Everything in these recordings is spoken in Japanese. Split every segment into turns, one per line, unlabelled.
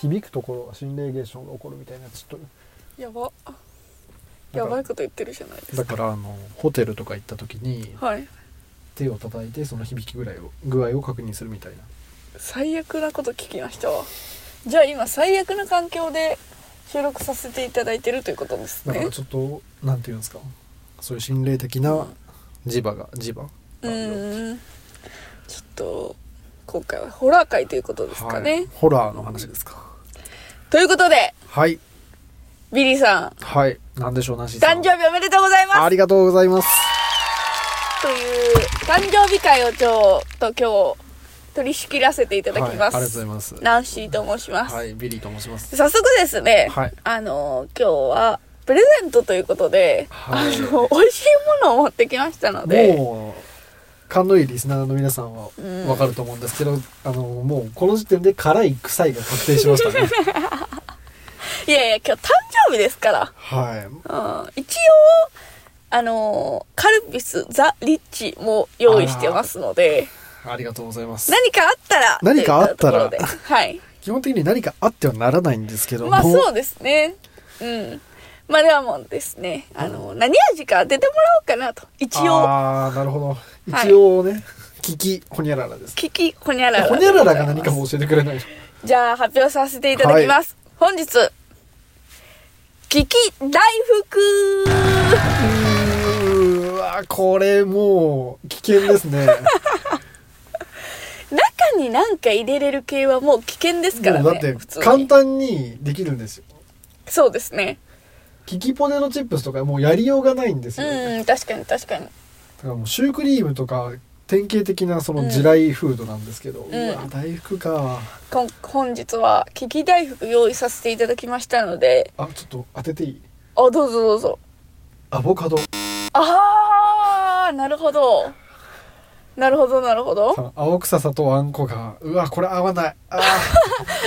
響くところ心霊現象が起こるみたいなちょっ
やば
とだ
や
か
ば
ら
いこと言ってるじゃないです
だ
か
からあのホテルとか行った時に
はい
手を叩いてその響きぐらいを具合を確認するみたいな
最悪なこと聞きましたわじゃあ今最悪な環境で収録させていただいてるということです
だか
ね
らちょっとなんていうんですかそういう心霊的な磁場が磁場
うーんちょっと今回はホラー界ということですかね、
はい、ホラーの話ですか
ということで
はい
ビリーさん
はいなんでしょうなしさん
誕生日おめでとうございま
あ
す
りがとうございます
という誕生日会をちょっと今日取り仕切らせていただきます、
はい、ありがとうございます
ナンシーと申します、
はいビリーと申します
早速ですね、
はい
あの今日はプレゼントということで、
はい
あの美味しいものを持ってきましたので
もう勘のいいリスナーの皆さんは
うん
わかると思うんですけど、あのもうこの時点で辛い臭いが確定しました ね
いやいや今日誕生日ですから
はい
うん一応あのカルピスザ・リッチも用意してますので
ありがとうございます
何かあったら
何かあったら
といったところ ではい
基本的に何かあってはならないんですけども、
まあそうですねうんまあではもうですねあの何味か当ててもらおうかなと一応
ああなるほど
はい
一応ね、聞きほにゃららです
キキホニャララ
ほにゃららが何かも教えてくれない
じゃあ発表させていただきます。本日、キキ大福
うーわこれもう危険です ね
中になんか入れれる系はもう危険ですから
もうだって
ね。普通に
簡単にできるんですよ
そうですね。
キキポテトチップスとかもうやりようがないんですよ、だ
うん、確かに確かに。
からもうシュークリームとか典型的なその地雷フードなんですけど、うんわ大福か
こん本日はキキ大福用意させていただきましたので、
あちょっと当てていい
あ、どうぞどうぞ。
アボカド
あー、なるほど。なるほど、なるほど。
さ青臭さとあんこがうわこれ合わないあ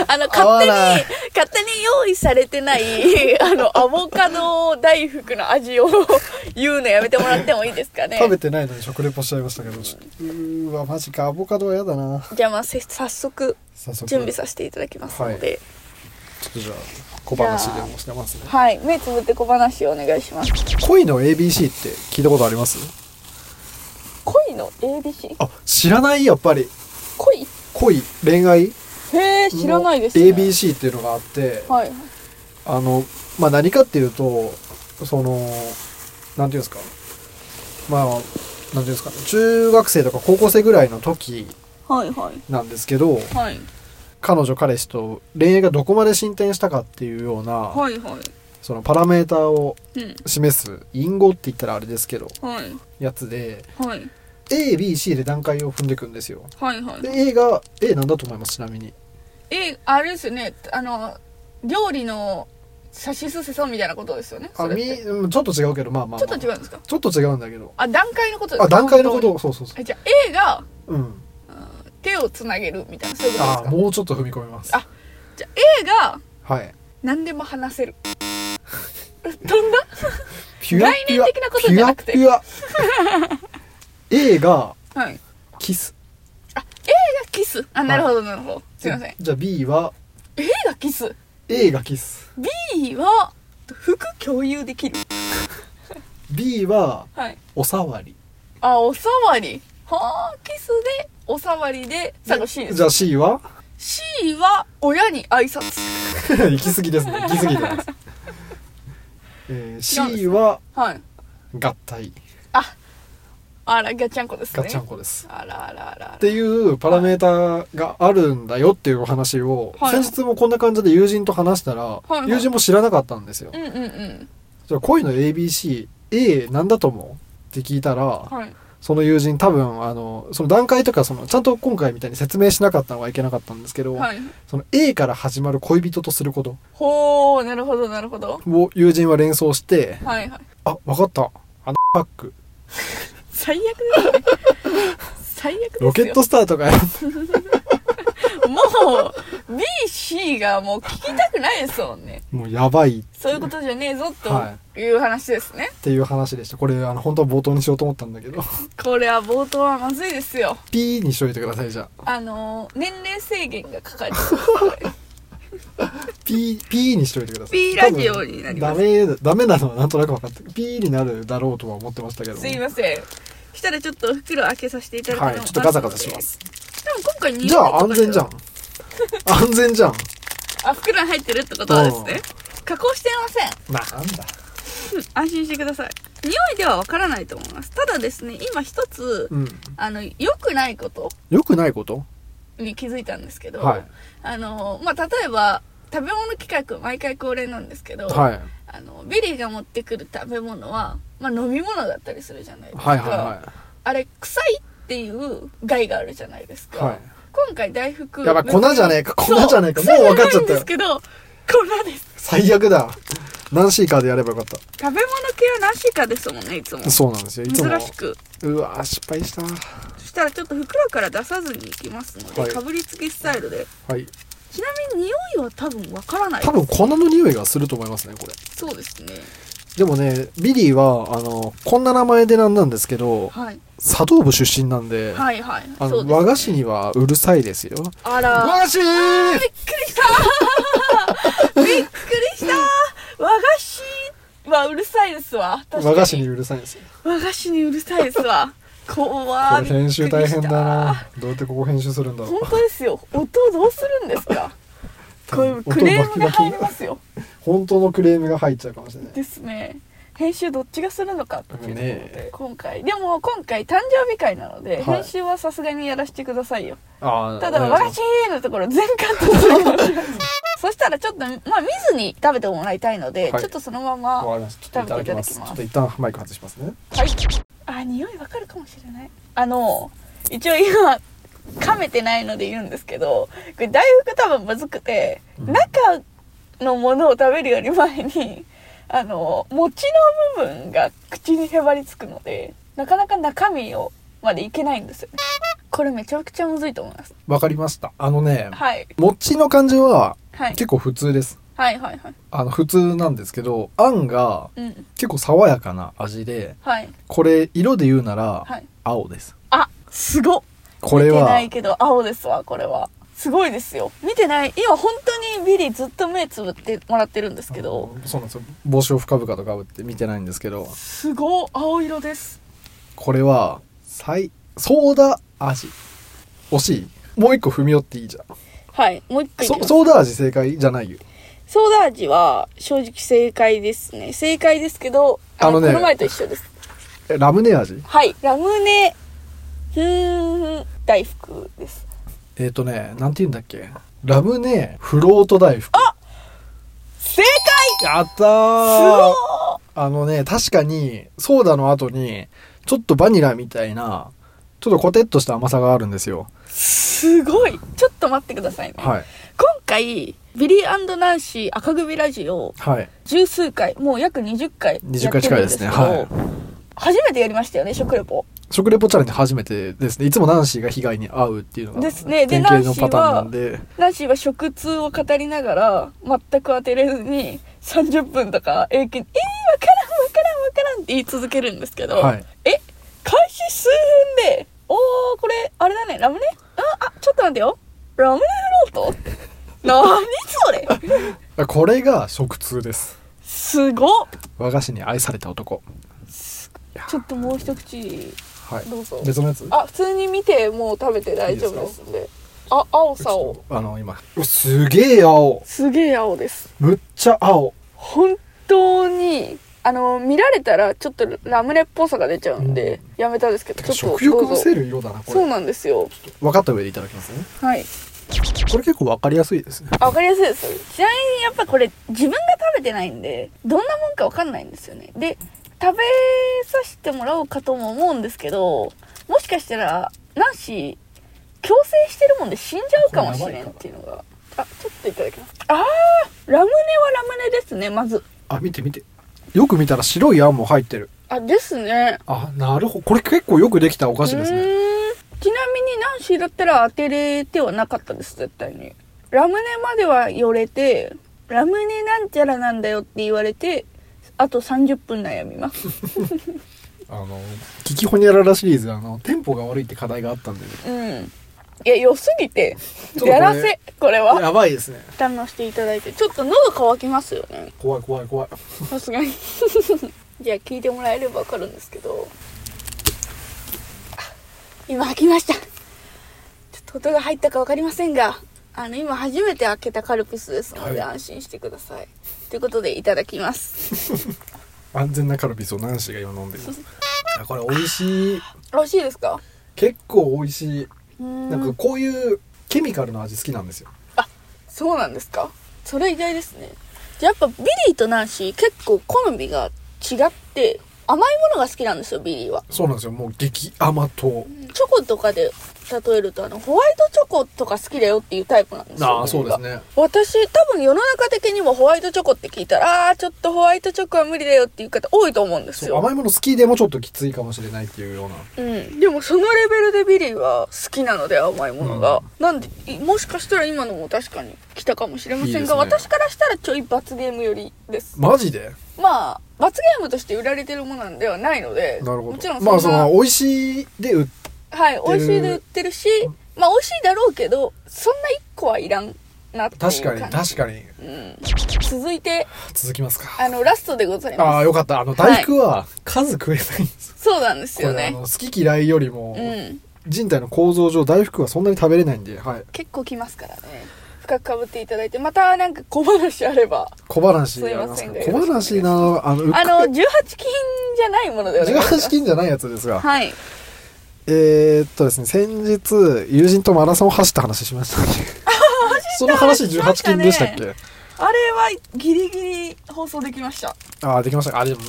あの、
合
勝
わ
手に
ない、
勝手に用意され てない、あの、アボカド大福の味を言うのやめてもらってもいいですか
ー
ね。
食べてないのに食レポしちゃいましたけどちょっとうーわマジかアボカドはやだな
じゃあ、まあ、せ早速、
早速
準備させていただきますので。
ちょっとじゃあ小話でもしてますね
はい、目つぶって小話をお願いします。
恋の ABC って聞いたことあります
恋の ABC?
あ知らないやっぱり
恋
恋恋愛
へえ、
の
知らないですね。。
ABC っていうのがあって、
はい。
あのまあ何かっていうとそのなんていうんですかまあなんていうんですかね中学生とか高校生ぐらいの時
はい、はい。
なんですけど
はい。
彼女彼氏と恋愛がどこまで進展したかっていうような、
はい、は
そのパラメーターを
い。うん。
示す隠語って言ったらあれですけど
はい。
やつで
はい。
ABC で段階を踏んでいくんですよ
はい、は
で。A が A なんだと思いますちなみに
え、あれですよね。あの、料理の、さしすせそみたいなことですよね。
あ
それっ
み
て
うんちょっと違うけどまあまあ、
ちょ
ま
っ
あ、
と違うんですか
ちょっと違うんだけど
あ、段階のことですか
あ段階のこ
本
とそうそうそ
当にえじゃあ A が
ううん
手をつなげるみたいな、そういうこと
あ
ですか
もうちょっと踏み込みます
あじゃあ A が
はい
何でも話せる。 どんな
ピュア
概
ピュ
念
ア
的なことじゃなくて
ピュアピュア A が
はい。じゃ
キス
あキス。あ、なるほど、なるほど。すいません。
じゃあ B は
A がキス。
A がキス
B は、服共有できる。
B は
はい。
おさわり
あ、おさわり。はあ、キスで、おさわりで、最後 C です
じ。ゃあ C は
C は、親に挨拶。
行き過ぎですね行き過ぎてます、えー、C は
はい。
合体
あら、ガチャンコですね。
ガチャンコです
あらあらあらあ
っ
ら。
ていうパラメーターがあるんだよっていうお話を、
はい
先日もこんな感じで友人と話したら、
いはい
友人も知らなかったんですよ、
うんうんうん。
じゃあ恋の ABCA なんだと思うって聞いたら、
はい。
その友人多分あのその段階とかそのちゃんと今回みたいに説明しなかったのはいけなかったんですけど、
はい。
その A から始まる恋人とすること
ほう、なるほど、なるほど。
を友人は連想して
はいはい。
「あわかったあのパック
最悪ですね。最悪ですよ。
ロケットスターとかやる
もう、BC がもう聞きたくないですもんね。
もうやばい」っ
そういうことじゃねえぞ、
は
という話ですね。
ていう話でしたこれあの本当は冒頭にしようと思ったんだけど
これは冒頭はまずいですよ。
ピーにしといてくださいじゃあ
あのー、年齢制限がかかる。
ピー、ピーにしといてください。
ピーラジオになりま
多
す
分ダメ、ダメなのはなんとなく分かって、ピーになるだろうとは思ってましたけども。
すいませんしたらちょっと袋開けさせていただき
はい、ちょっとガサガサします。
でも今回2
じゃあ安全じゃん。安全じゃん。
あ袋に入ってるってことはですね加工してません
なんだ。
安心してください匂いではわからないと思いますただですね今一つ、
うん。
あの良くないこと
良くないこと
に気づいたんですけど、
はい
あのまあ例えば食べ物企画毎回恒例なんですけど、
はい。
あのビリーが持ってくる食べ物は、まあ、飲み物だったりするじゃないですか、
はいはいは
あれ臭いっていう害があるじゃないです
い。
か、
は
今回大福
い。やばい、粉じゃねえか、粉じゃねえか、もう
そう
分かっちゃっ
臭い
た
じないんで
よ
す。けど粉です
最悪だ。ナンシーカーでやればよかっ
食べ物系はなしかですもんねいつも
た。そうなんですよ。いつも。
珍しく
うわぁ、失敗した。
そしたらちょっと袋から出さずにいきますので、
はい
かぶりつきスタイルで
はい。
ちなみに匂いは多分わからない
多分粉の匂いがすると思いますね、これ。
そうですね
でもね、ビリーは、あの、こんな名前でなんなんですけど、
はい
茶道部出身なんで、
はいはい
あ
そ
の、
うです
和菓子にはうるさいですよ。
あ ら
和菓子
びっくりしたびっくりした和菓子はうるさいですわ確か
和菓子にうるさいんですよ。
和菓子にうるさいですわ
これ
怖ーびっくり
編
し
集
た
大変だな。どうやってここ編集するんだろう
本。当ですよ音どうするんですかこれクレームが入りますよ
本当のクレームが入っちゃうかもしれない。
ですね編集どっちがするのかっていうので、
ねえ
今回でも今回誕生日会なので、
はい
編集はさすがにやらせてくださいよ
あ
ただ和菓子のところ全カットするかもしれないそしたらちょっとまあ見ずに食べてもらいたいので、
はい
ちょっとそのまま
わか
は
りました。ちょっといただきます。ち
食べていただき
ょっと一
ます
旦マイク外しますね。
いあ匂いわかるかもしれないあの一応今噛めてないので言うんですけどこれ大福多分まずくて、
うん
中のものを食べるより前にあの餅の部分が口にへばりつくのでなかなか中身をまでいけないんですよねこれめちゃくちゃむずいと思います
わかりました。あのね、
はい
餅の感じは
はい
結構普通です。
はいはいはい
あの、普通なんですけど、あんが
うん
結構爽やかな味で、
はい
これ、色で言うなら
はい、
青です。
あすごっ
これ
見てない
は、
けど青ですわこれはすごいですよ見てない今本当にビリーずっと目つぶってもらってるんですけど
あのそうなんですよ。帽子を深々とかぶって見てないんですけど、
すごい青色です
これは、さい、ソーダ味。惜しい。もう一個踏み寄っていいじゃん。
はいもう一回いき
そ
ます
ソーダ味正解じゃないよ。
ソーダ味は正直正解ですね正解ですけどあの
あのね
この前と一緒です
えラムネ味
はいラムネふーん大福です
えっ、ー、とね、なんて言うんだっけラムネフロート大福。
正
やった
解すご
ー
い
あのね、確かに、ソーダの後に、ちょっとバニラみたいな、ちょっとコテッとした甘さがあるんですよ。
すごいちょっと待ってくださいね、
はい。
今回ビリーナンシー赤組ラジオ
はい。
十数回もう約20回
20回近いですね
やってるん
はい
けど初めてやりましたよね食レポ
食レポチャレンジ初めてですね。いつもナンシーが被害に遭うっていうのが、
ですね
典
で
型のパターンなんで、
ナンシーは食通を語りながら全く当てれずに30分とか永久に「えー、わからんわからんわからん」って言い続けるんですけど、
はい
え開始数分で「おーこれあれだねラムネああちょっと待ってよラムネフロ ート?」何それ
これが食通です。
すごっ
和菓子に愛された男。
ちょっともう一口
はい。
どうぞ
別のやつ
あ普通に見てもう食べて大丈夫ですんであ青さを
あの、今。うわすげえ青。
すげえ青です
むっちゃ青。
本当にあの見られたらちょっとラムネっぽさが出ちゃうんで、やめたんですけど
てか
ちょっ
食
とど
欲
う
を
ぞ
せる色だな、こ
そう
れ。
なんですよ
分かった上でいただきますね。
はい
これ結構わかりやすいですね。
あわかりやすいですちなみにやっぱこれ自分が食べてないんでどんなもんかわかんないんですよねで食べさせてもらおうかとも思うんですけどもしかしたらナンシー強制してるもんで死んじゃうかもしれんっていうのがあちょっといただきますあーラムネはラムネですねまず
あ、見て見て。よく見たら白いあんも入ってる。
あですね
あ、なるほど。これ結構よくできたお菓子です
う
ね。
ーんちなみにナンシーだったら当てれてはなかったです絶対にラムネまでは寄れてラムネなんちゃらなんだよって言われてあと30分悩みます
あの、キキホニャララシリーズ、あの、テンポが悪いって課題があったんでね、
うんいや、良すぎて
ちょっとこ。れ
やらせ、これは。
やばいですね
堪能していただいて。ちょっと喉乾きますよね。
怖い怖い怖い
さすがに。 じゃあ聞いてもらえればわかるんですけど。あ今開きました。ちょっと音が入ったかわかりませんが、あの、今初めて開けたカルピスですので
はい
安心してください。ということでいただきます。
安全なカルピスをナンシーが今飲んでるいやこれ美味しい
美味しいですか
結構美味しいう
ーん
なんかこういうケミカルの味好きなんですよ
そうなんですかそれ意外ですね。じゃあやっぱビリーとナンシー結構好みが違って、甘いものが好きなんですよ、ビリーは。
そうなんですよもう激甘党
チョコとかで例えると、あの、ホワイトチョコとか好きだよっていうタイプなんですよ。
ああそうですね
私、多分世の中的にもホワイトチョコって聞いたら、ああー、ちょっとホワイトチョコは無理だよっていう方多いと思うんです
そう
よ。
甘いもの好きでもちょっときついかもしれないっていうような
うん。でもそのレベルでビリーは好きなので甘いものが。なんで、いもしかしたら今のも確かに来たかもしれませんが、
いいですね
私からしたらちょい罰ゲームよりです。
マジで
まあ罰ゲームとして売られてるものなんではないので
なるほ
もちろ
ど
んそんな、
まあその美味しいで売っ
はい
売ってる
美味しいで売ってるしまあ美味しいだろうけどそんな一個はいらんなっていう感じ
確かに確かに
うん、続いて
続きますか
あのラストでござい
あ
ま
あ
す
よかったあの大福は数食えないんです
そうなんです
こ
よ
れあ
ね
の好き嫌いよりも
うん
人体の構造上大福はそんなに食べれないんで、はい、
結構きますからね深くかぶっていただいてまたなんか小話あれば
小話がありますす
いま
け
せん
ど小話なあのうっ
あ
か
の
り
18金じゃないものではない
18金じゃないやつですが、
はい
えー、っとですね先日友人とマラソンを走った話しましたっけその話18金でしたっ
しました
け
あれはギリギリ放送できました
ああできましたあれでも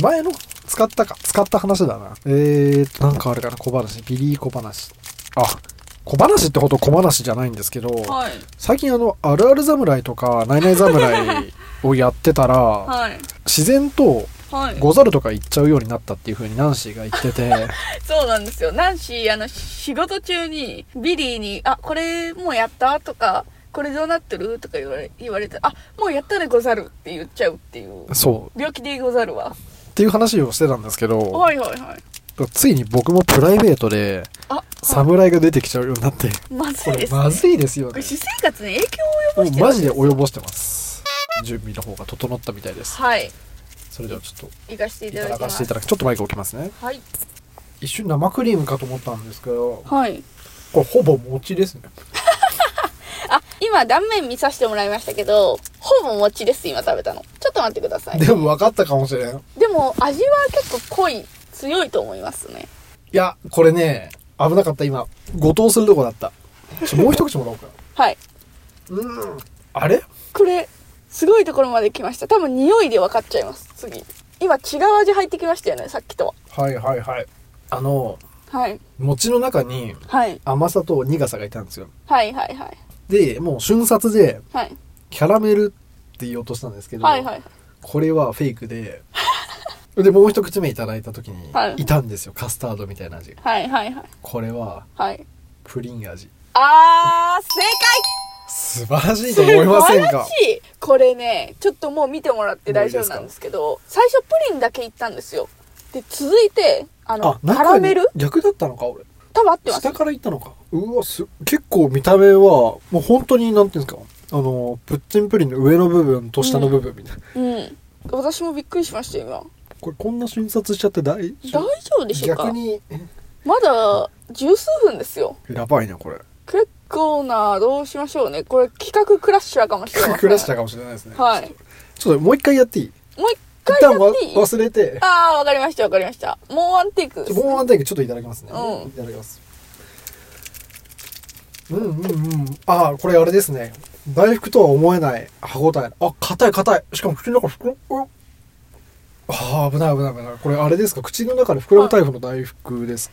前の使ったか使った話だなえー、なんかあれかな小話ビリー小話あ小話ってほど小話じゃないんですけど、
はい
最近あの「あるある侍」とか「ナイナイ侍」 をやってたら、
はい
自然と
はい
ござるとか言っちゃうようになったっていう風にナンシーが言って て
そうなんですよ。ナンシー、あの、仕事中に、ビリーに、あ、これもうやったとか、これどうなってるとか言われ、言われて、あ、もうやったでござるって言っちゃうっていう。
そう
病気でござるわ。
っていう話をしてたんですけど
はいはいはい。
ついに僕もプライベートで
あ、はい
侍が出てきちゃうようになって
まず
こ
い
れ
です、ね。
まずいですよ
こ
ね
れ私生活に影響
も
を及ぼし
う
てる。
マジで及ぼしてます準備の方が整ったみたいです
はい。
それではちょっ
行かせてい
とい
た
た
だ
だ
きま
かせてい
す。
ただきちょっとマイク置きますね
はい。
一瞬生クリームかと思ったんですけど
はい。
これほぼ餅ですね
あ、今断面見させてもらいましたけど、ほぼ餅です、今食べたの。ちょっと待ってくださ い。
でも分かったかもしれんい
でも、味は結構濃い、強いと思いますね。
やこれね危なかった今誤答するとこだったちょもう一口もらおうかな
はい。
うんあれ
これすごいところまで来ました多分匂いで分かっちゃいます次今違う味入ってきましたよねさっきとは
はいはいはいあの
はい
餅の中に
はい
甘さと苦さがいたんですよ
はいはいはい
でもう瞬殺で
はい
キャラメルって言おうとしたんですけど、
はいはい
これはフェイクで でもう一口目いただいた時に
はい
いたんですよ、カスタードみたいな味が
はいはいはい
これは
はい
プリン味
あー正
素晴らしいと
解
思いませんか
素晴らしいこれねちょっともう見てもらって大丈夫なんですけど最初プリンだけいったんですよで続いてあのカ
中
ラ
に
メル
逆だったのか俺
多分合ってます
下からいったのかうわす結構見た目はもう本当になんていうんですかあのプッチンプリンの上の部分と下の部分みたいな、
うん私もびっくりしましたよ
これこんな瞬殺しちゃって大
今
丈夫
大丈夫でしょうか
逆に
まだ十数分ですよ
やばいなこ れ
結構などうしましょうねこれ企画クラッシャーかもしれません
クラしちゃうかもしれないですね、
はい
ちょっともう一回やっていい
もう一
一
回や
旦わ
っていい
忘れて
ああわかりましたわかりましたもうワンテイクです
ボーンワンテイクちょっといただきますね、
うん
いただきますうんうんうんああこれあれですね大福とは思えない歯応えあ硬い硬いしかも口の中膨らむああ危ない危ない危ないこれあれですか口の中で膨らむタイプの大福です、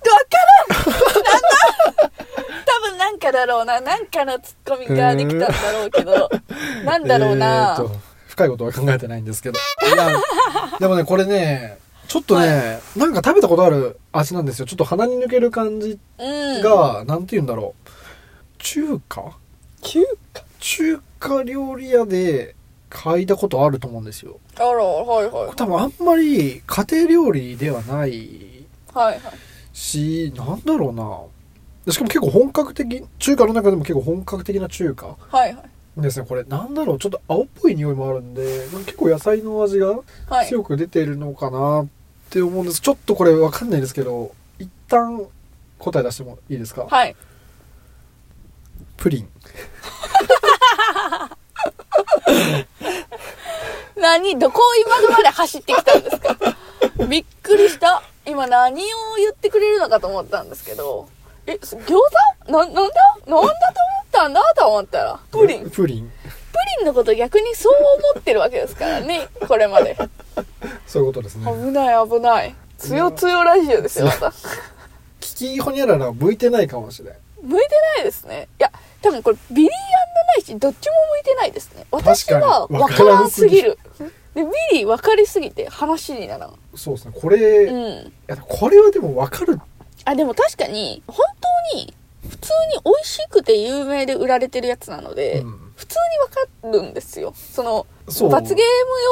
わ からんなんだ多分なんかだろうななんかのツッコミができたんだろう けどなんだろうな、
えーっと深いことは考えてないんですけどいやでもねこれねちょっとね、なんか食べたことある味なんですよちょっと鼻に抜ける感じ
うん
が、なんて言うんだろう中華
中華
中華料理屋で嗅いだことあると思うんですよ
あらはいはい
多分あんまり家庭料理ではない
はいはい
しなんだろうなでしかも結構本格的中華の中でも結構本格的な中華
はいはい
ですねこれなんだろうちょっと青っぽい匂いもあるんでなんか結構野菜の味が
はい
強く出てるのかなって思うんですちょっとこれわかんないですけど一旦答え出してもいいですか
はい
プリン
何どこを今まで走ってきたんです かびっくりした今何を言ってくれるのかと思ったんですけどえす餃子ななんだなんだと思ったんだと思ったらプリンプ
プリン
リンのこと逆にそう思ってるわけですからねこれまで
そういうことですね
危ない危ないつよつよラジオですよまた
キキホニャララは向いてないかもしれない
向いてないですねいや多分これビリーないしどっちも向いてないですね私は
確かに
分からんすぎるでビリー分かりすぎて話にならん
そうですねこれ、
う
い
ん
やこれはでもわかる
あでも確かに本当に普通に美味しくて有名で売られてるやつなので、
うん
普通にわかるんですよその
そう
罰ゲーム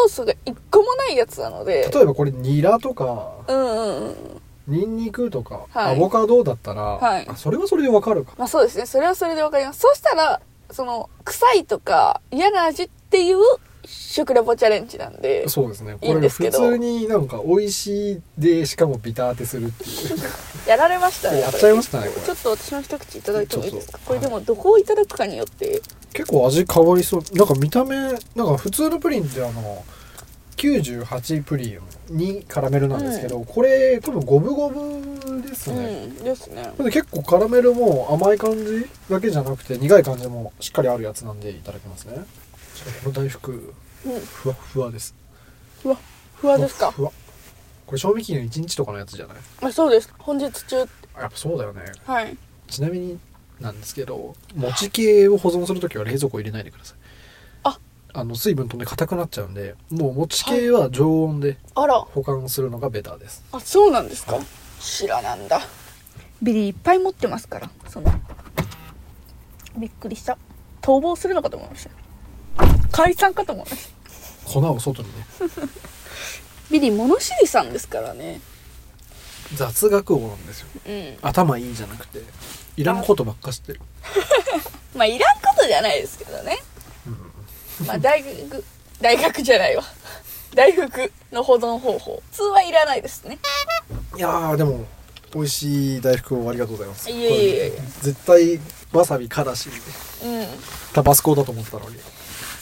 要素が一個もないやつなので
例えばこれニラとか
うんうんうん
ニンニクとか、
はい
アボカドだったら、
はい
あそれはそれでわかるか
まあそうですねそれはそれでわかりますそうしたらその臭いとか嫌な味っていう食レポチャレンジなんで
そうですね
いい
こ
ん
れ
ですけ
普
ど
通になんか美味しいでしかもビタ当てするっていう
やられましたね
やっ
これ
ちゃいましたねこ
ちょ
れ
っと私の一口いただいてもいいですか
ちょっと
これでもどこをいただくかによって
結構味変わりそうなんか見た目なんか普通のプリンってあの98プリンにカラメルなんですけど、これ多分五分五分です
う
ね、
んですね
これ結構カラメルも甘い感じだけじゃなくて苦い感じもしっかりあるやつなんでいただきますねちょっとこの大福
うん
ふわっふわです
ふわふわですか
ふわっふわこれ賞味期限1日とかのやつじゃない
あそうです本日中
やっぱそうだよね
はい
ちなみになんですけど餅系を保存するときは冷蔵庫入れないでください
あ
あの水分飛んで硬くなっちゃうんでもう餅系は常温で
あら
保管するのがベターです
あそうなんですか知らなんだビリーいっぱい持ってますからそのびっくりした逃亡するのかと思いました解散かと思いました
粉を外にね
ビリー物知りさんですからね
雑学王なんですよ
うん
頭いいじゃなくていらんことばっか知ってる
まあいらんことじゃないですけどねまあ大学大学じゃないわ 大福の保存方法普通はいらないですね
いやーでも美味しい大福をありがとうございます
いえいえいえ
これ絶対わさびからし
うん
タバスコだと思ったのに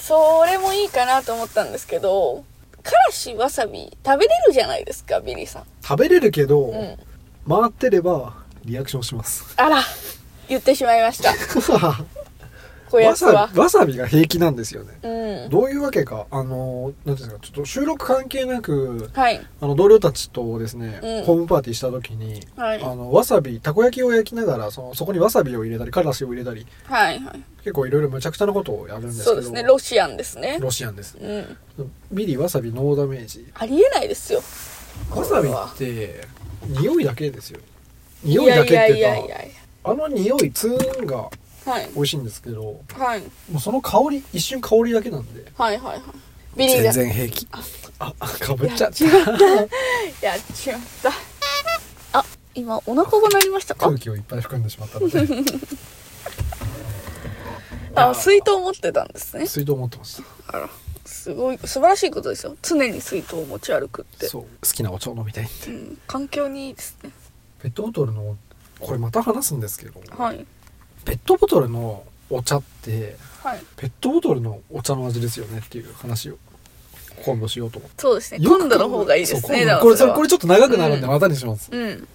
それもいいかなと思ったんですけどからしわさび食べれるじゃないですかビリーさん
食べれるけど、
うん
回ってればリアクションします
あら言ってしまいました
わ
こやつは
さびわさびが平気なんですよね
うん
どういうわけかあの何ていうんですかちょっと収録関係なく
はい
あの同僚たちとですね、
うん
ホームパーティーした時に、
はい
あのわさびたこ焼きを焼きながらそのそこにわさびを入れたりからしを入れたり
はいはい
結構いろいろむちゃくちゃなことをやるんですけど
そうですねロシアンですね
ロシアンです
うん
ビリーわさびノーダメージ
ありえないですよ
わさび
これは
って匂いだけですよ匂いだけっていうか
いやいやいやい
あの匂いツーンが
やはい
美味しいんですけども
はい、
うその香り一瞬香りだけなんで
はいはいはいビリーが
然平気ああかぶっちゃった
やっちまったあ今お腹が鳴りましたか
空気をいっぱい含んでしまったので
あ水筒持ってたんですね
水筒持ってまし
あらすごい素晴らしいことですよ常に水筒を持ち歩くって
たそう好きなお茶を飲みたいって
うん、環境にいいですね
ペットボトルのこれまた話すんですけど、
はい
ペットボトルのお茶って
はい
ペットボトルのお茶の味ですよねっていう話を今度しようと思って
そうですね
よく
今度の方がいいです
そう
ね
今
だ
度これ
か
そ
ら
れこれちょっと長くなるんで
うん
またにします、
うん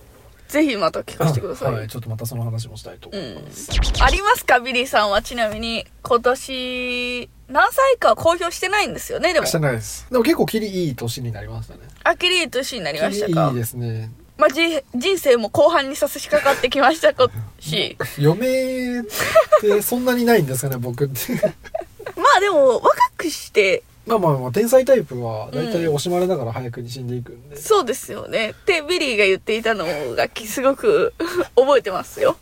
ぜひまた聞かせてください、
はいちょっとまたその話もしたいと思います、
ありますかビリーさんはちなみに今年何歳かは公表してないんですよねでも
してないですでも結構キリいい年になりましたね
アキリート氏になりました
キリい
か
いですね
まあ、じ人生も後半に差し掛かってきましたこ し
嫁ってそんなにないんですかね 僕って
まあでも若くして
まあまあまあ天才タイプは大体惜しまれながら早くに死んでいくんで、
そうですよね ってビリーが言っていたのがきすごく覚えてますよ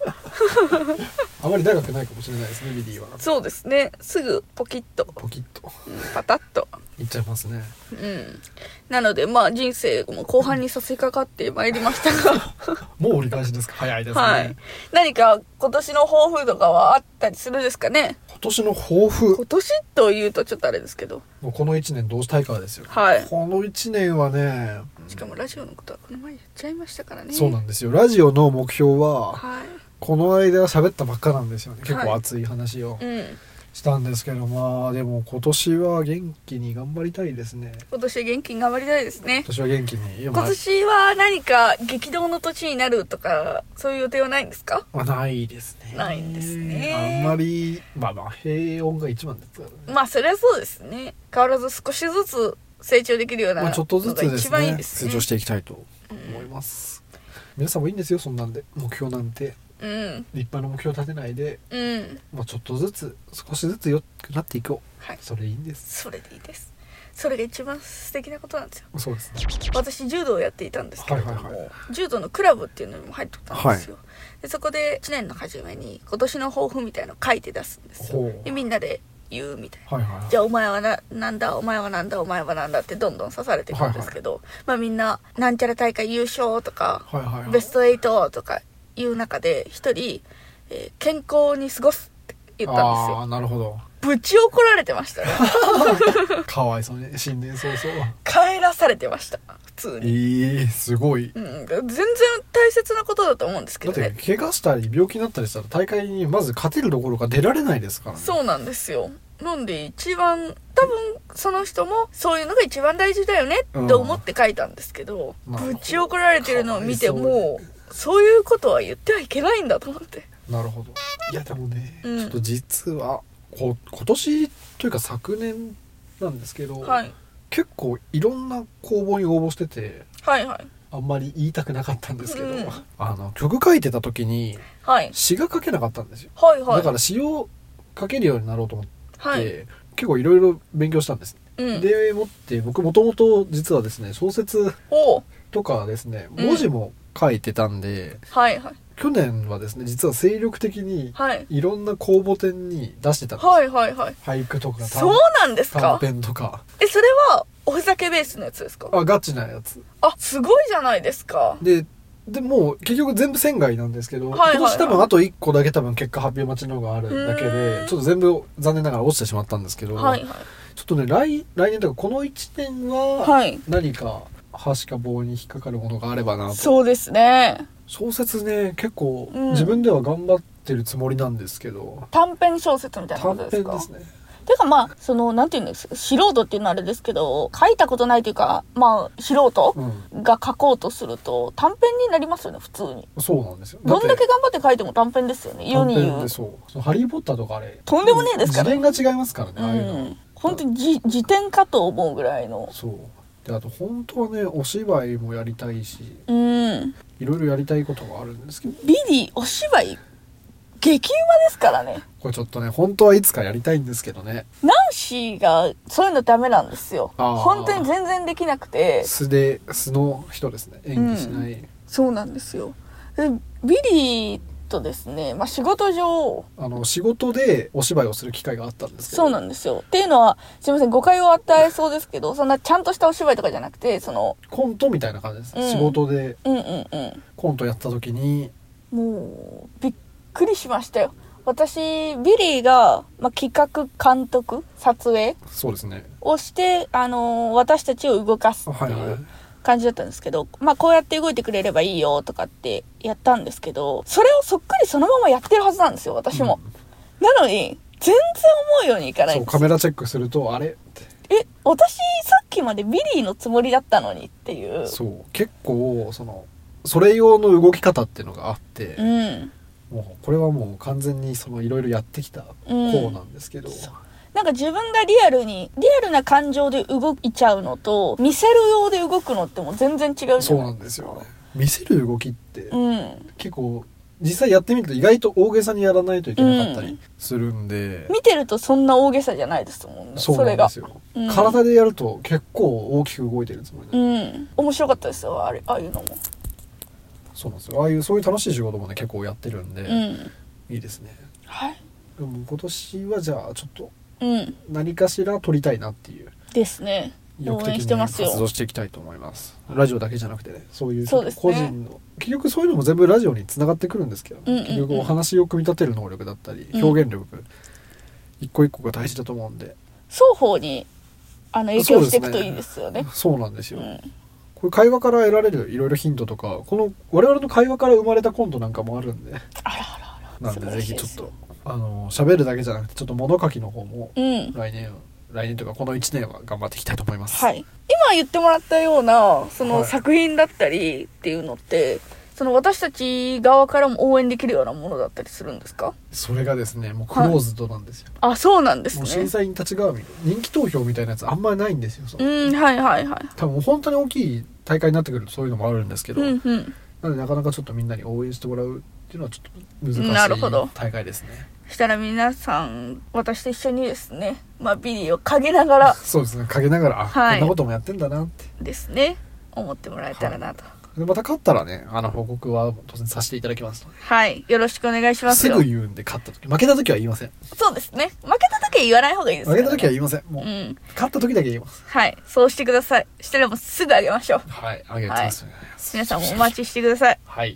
あまり長くないかもしれないですねミディは
そうですねすぐポキッと
ポキッと
パタッと
いっちゃいますね
うんなのでまあ人生も後半に差し掛かってまいりましたが
もう折り返しですか早いですね、
はい何か今年の抱負とかはあったりするんですかね
今年の抱負
今年というとちょっとあれですけど
もうこの1年どうしたいかですよ
はい
この1年はね
しかもラジオのことはこの前言っちゃいましたからね
そうなんですよラジオの目標は
はい
この間喋ったばっかなんですよね結構熱い話を
うん
したんですけど、まあでも今年は元気に頑張りたいですね
今年は元気に頑張りたいですね
今年は元気に今
今年は何か激動の年になるとかそういう予定はないんですか
はないですね
ないんですね
あんまりまあまあ平穏が一番ですからね
まあそれはそうですね変わらず少しずつ成長できるような
まあ、ちょっとずつ
のが
です
一番いい
ね
です
成
ね
長していきたいと思います、皆さんもいいんですよそんなんで目標なんて
うん
立派な目標立てないで、
うん
まあ、ちょっとずつ少しずつ良くなっていこう
はい
それいいんです
それでいいですそれが一番素敵なことなんですよ
そうですね
私柔道をやっていたんですけれども、
はいはいはい
柔道のクラブっていうのにも入ってたんですよ、でそこで1年の初めに今年の抱負みたいの書いて出すんです
ほ
よ
う
でみんなで言うみたいな
はいはいはい
じゃあお前はななんだお前はなんだお前はなんだってどんどん刺されていくんですけど、まあみんななんちゃら大会優勝とか
はいはいはい
ベスト8とかいう中で一人、えー健康に過ごすって言ったんです
あ
よ
あなるほど
ぶち怒られてましたね
かわいそうね新年早 々
帰らされてました普通に、
ええすごい
うん、全然大切なことだと思うんですけ
だっ
ど
て
ね
怪我したり病気になったりしたら大会にまず勝てるどころか出られないですからね
そうなんですよなんで一番多分その人もそういうのが一番大事だよねって思って書いたんですけど、
うんなるほ
ぶ
ど
ち怒られてるのを見て
かわいそうに
もうそういうことは言ってはいけないんだと思って
なるほどいやでもね、
うん
ちょっと実はこ今年というか昨年なんですけど、
はい
結構いろんな公募に応募してて
はいはい
あんまり言いたくなかったんですけど、
うん
あの曲書いてた時に
はい
詩が書けなかったんですよ、
はいはい
だから詩を書けるようになろうと思って、
はい
結構いろいろ勉強したんです、
うん
でもって僕もともと実はですね小説
おう
とかですね
うん
文字も書いてたんで、
はいはい
去年はですね実は精力的に
はい
いろんな公募展に出してたんです、
はいはいはい
俳句とか短
そうなんです
短
か
編とか
えそれはおふざけベースのやつですか
あガチなやつ
あすごいじゃないですか
ででもう結局全部仙外なんですけど、
はいはいはい
今年多分あと1個だけ多分結果発表待ちの方があるだけ
うー
で
ん
ちょっと全部残念ながら落ちてしまったんですけど、
はいは
ちょっとね来来年というかこの1年
い
は
はい
何か箸か棒に引っかかるものがあればなと
そうですね
小説ね結構
うん
自分では頑張ってるつもりなんですけど、
短編小説みたいなこ
短
と
編
ですか
ですね
てかまあそのなんていうんです素人っていうのはあれですけど書いたことないというかまあ素人
うん
が書こうとすると短編になりますよね普通に
そうなんですよ
どんだ
って
け頑張って書いても短編ですよね世に言
短編
う
でそうそのハリー・ポッターとかあれ
とんでもねえですから
次元が違いますからね、
う
ああいうのは
ん本当にじ辞典かと思うぐらいの
そうであと本当はねお芝居もやりたいし
うん
いろいろやりたいことがあるんですけど
ビリーお芝居激うまですからね
これちょっとね本当はいつかやりたいんですけどね
ナンシーがそういうのダメなんですよ
あー
本当に全然できなくて
素で素の人ですね演技しない、
そうなんですよでビリーとですね、まあ、仕事上
あの仕事でお芝居をする機会があったんですけど
そうなんですよっていうのはすいません誤解を与えそうですけどそんなちゃんとしたお芝居とかじゃなくてその
コントみたいな感じです、
うん
仕事で
うんうんうん
コントやった時に
もうびっくりしましたよ私ビリーが、まあ、企画監督撮影
そうですね
をして、あのー私たちを動かすって
はい
い
は
う
い
感じだったんですけど、まあこうやって動いてくれればいいよとかってやったんですけど、それをそっくりそのままやってるはずなんですよ、私も。なのに、全然思うようにいかない
そ
ん
う
で
カ
す
メラチェックするとあれって
え、私さっきまでビリーのつもりだったのにっていう。
そう結構そのそれ用の動き方っていうのがあって、
うん。
もうこれはもう完全にそのいろいろやってきた方なんですけど、
なんか自分がリアルに、リアルな感情で動いちゃうのと、見せるようで動くのってもう全然違うじゃ
そう
な
ないん
で
です
すか。
よね見せる動きって
うん。
結構実際やってみると意外と大げさにやらないといけなかった
うん
りするんで、
見てるとそんな大げさじゃないですもんね。
そうなん
れが
です。よ、
うん
体でやると結構大きく動いてるつもりで、
うん。面白かったですよ、あれ、ああいうのも。
そうなんですよああいうそういう楽しい仕事もね結構やってるんで、
うん。
いいですね
はい。
でも今年はじゃあちょっと
うん。
何かしら撮りたいなっていう
ですね。
意
応
欲的
援
に
してますよ
活。動していきたいと思いますラジオだけじゃなくてねそういう
そうですね
個人の、結局そういうのも全部ラジオにつながってくるんですけど、ね
うんうんうん
結局お話を組み立てる能力だったり、
うん
表現力一個一個が大事だと思うんで
双方に、あの、影響していくといいですよね。
そうなんです
う
よ、
ん。
これ会話から得られるいろいろヒントとかこの我々の会話から生まれたコントなんかもあるんで
あらあらあら。
なんでぜひちょっ
素晴らしい
とあの喋るだけじゃなくてちょっと物書きの方も
です。うん。
来年来年というかこの1年は頑張っていきたいと思います、
はい、今言ってもらったようなそ
は
の
い
作品だったりっていうのって、その私たち側からも応援できるようなものだったりするんですか
それがですねもうクローズドなんですよ、
あそうなんです
もう審
ね
査員立ち側見る人気投票みたいなやつあんまりないんですよその
うんはいはいはい
多分本当に大きい大会になってくるとそういうのもあるんですけど、
うんうん
なのでなかなかちょっとみんなに応援してもらうっていうのはちょっと
な
難
る
し
ほど
い大会ですね
したら皆さん私と一緒にですね、まあ、ビリをかけながら
そうですね陰ながら、あ
はい
こんなこともやってんだなって
ですね思ってもらえたらなと
でまた勝ったらねあの報告は当然させていただきますので
はい、よろしくお願いします
す
よ
ぐ言うんで勝った時負けた時は言いません
そうですね負けた時は言わない方がいいです
負
から
けた
ね
時は言いませんもう、
うん
勝った時だけ言います
はいそうしてくださいしたらもうすぐあげましょう
はいあげてます、
皆さんもお待ちしてください
はい、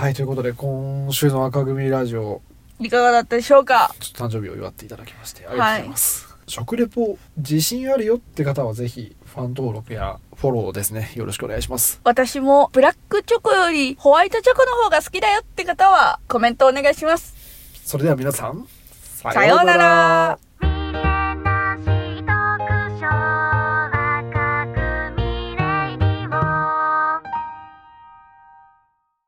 はい、ということで今週の赤組ラジオ
いかがだったでしょうか
ちょっと誕生日を祝っていただきましてありがとうございます、食レポ自信あるよって方はぜひファン登録やフォローですねよろしくお願いします
私もブラックチョコよりホワイトチョコの方が好きだよって方はコメントお願いします。
それでは皆さんさ
さようなら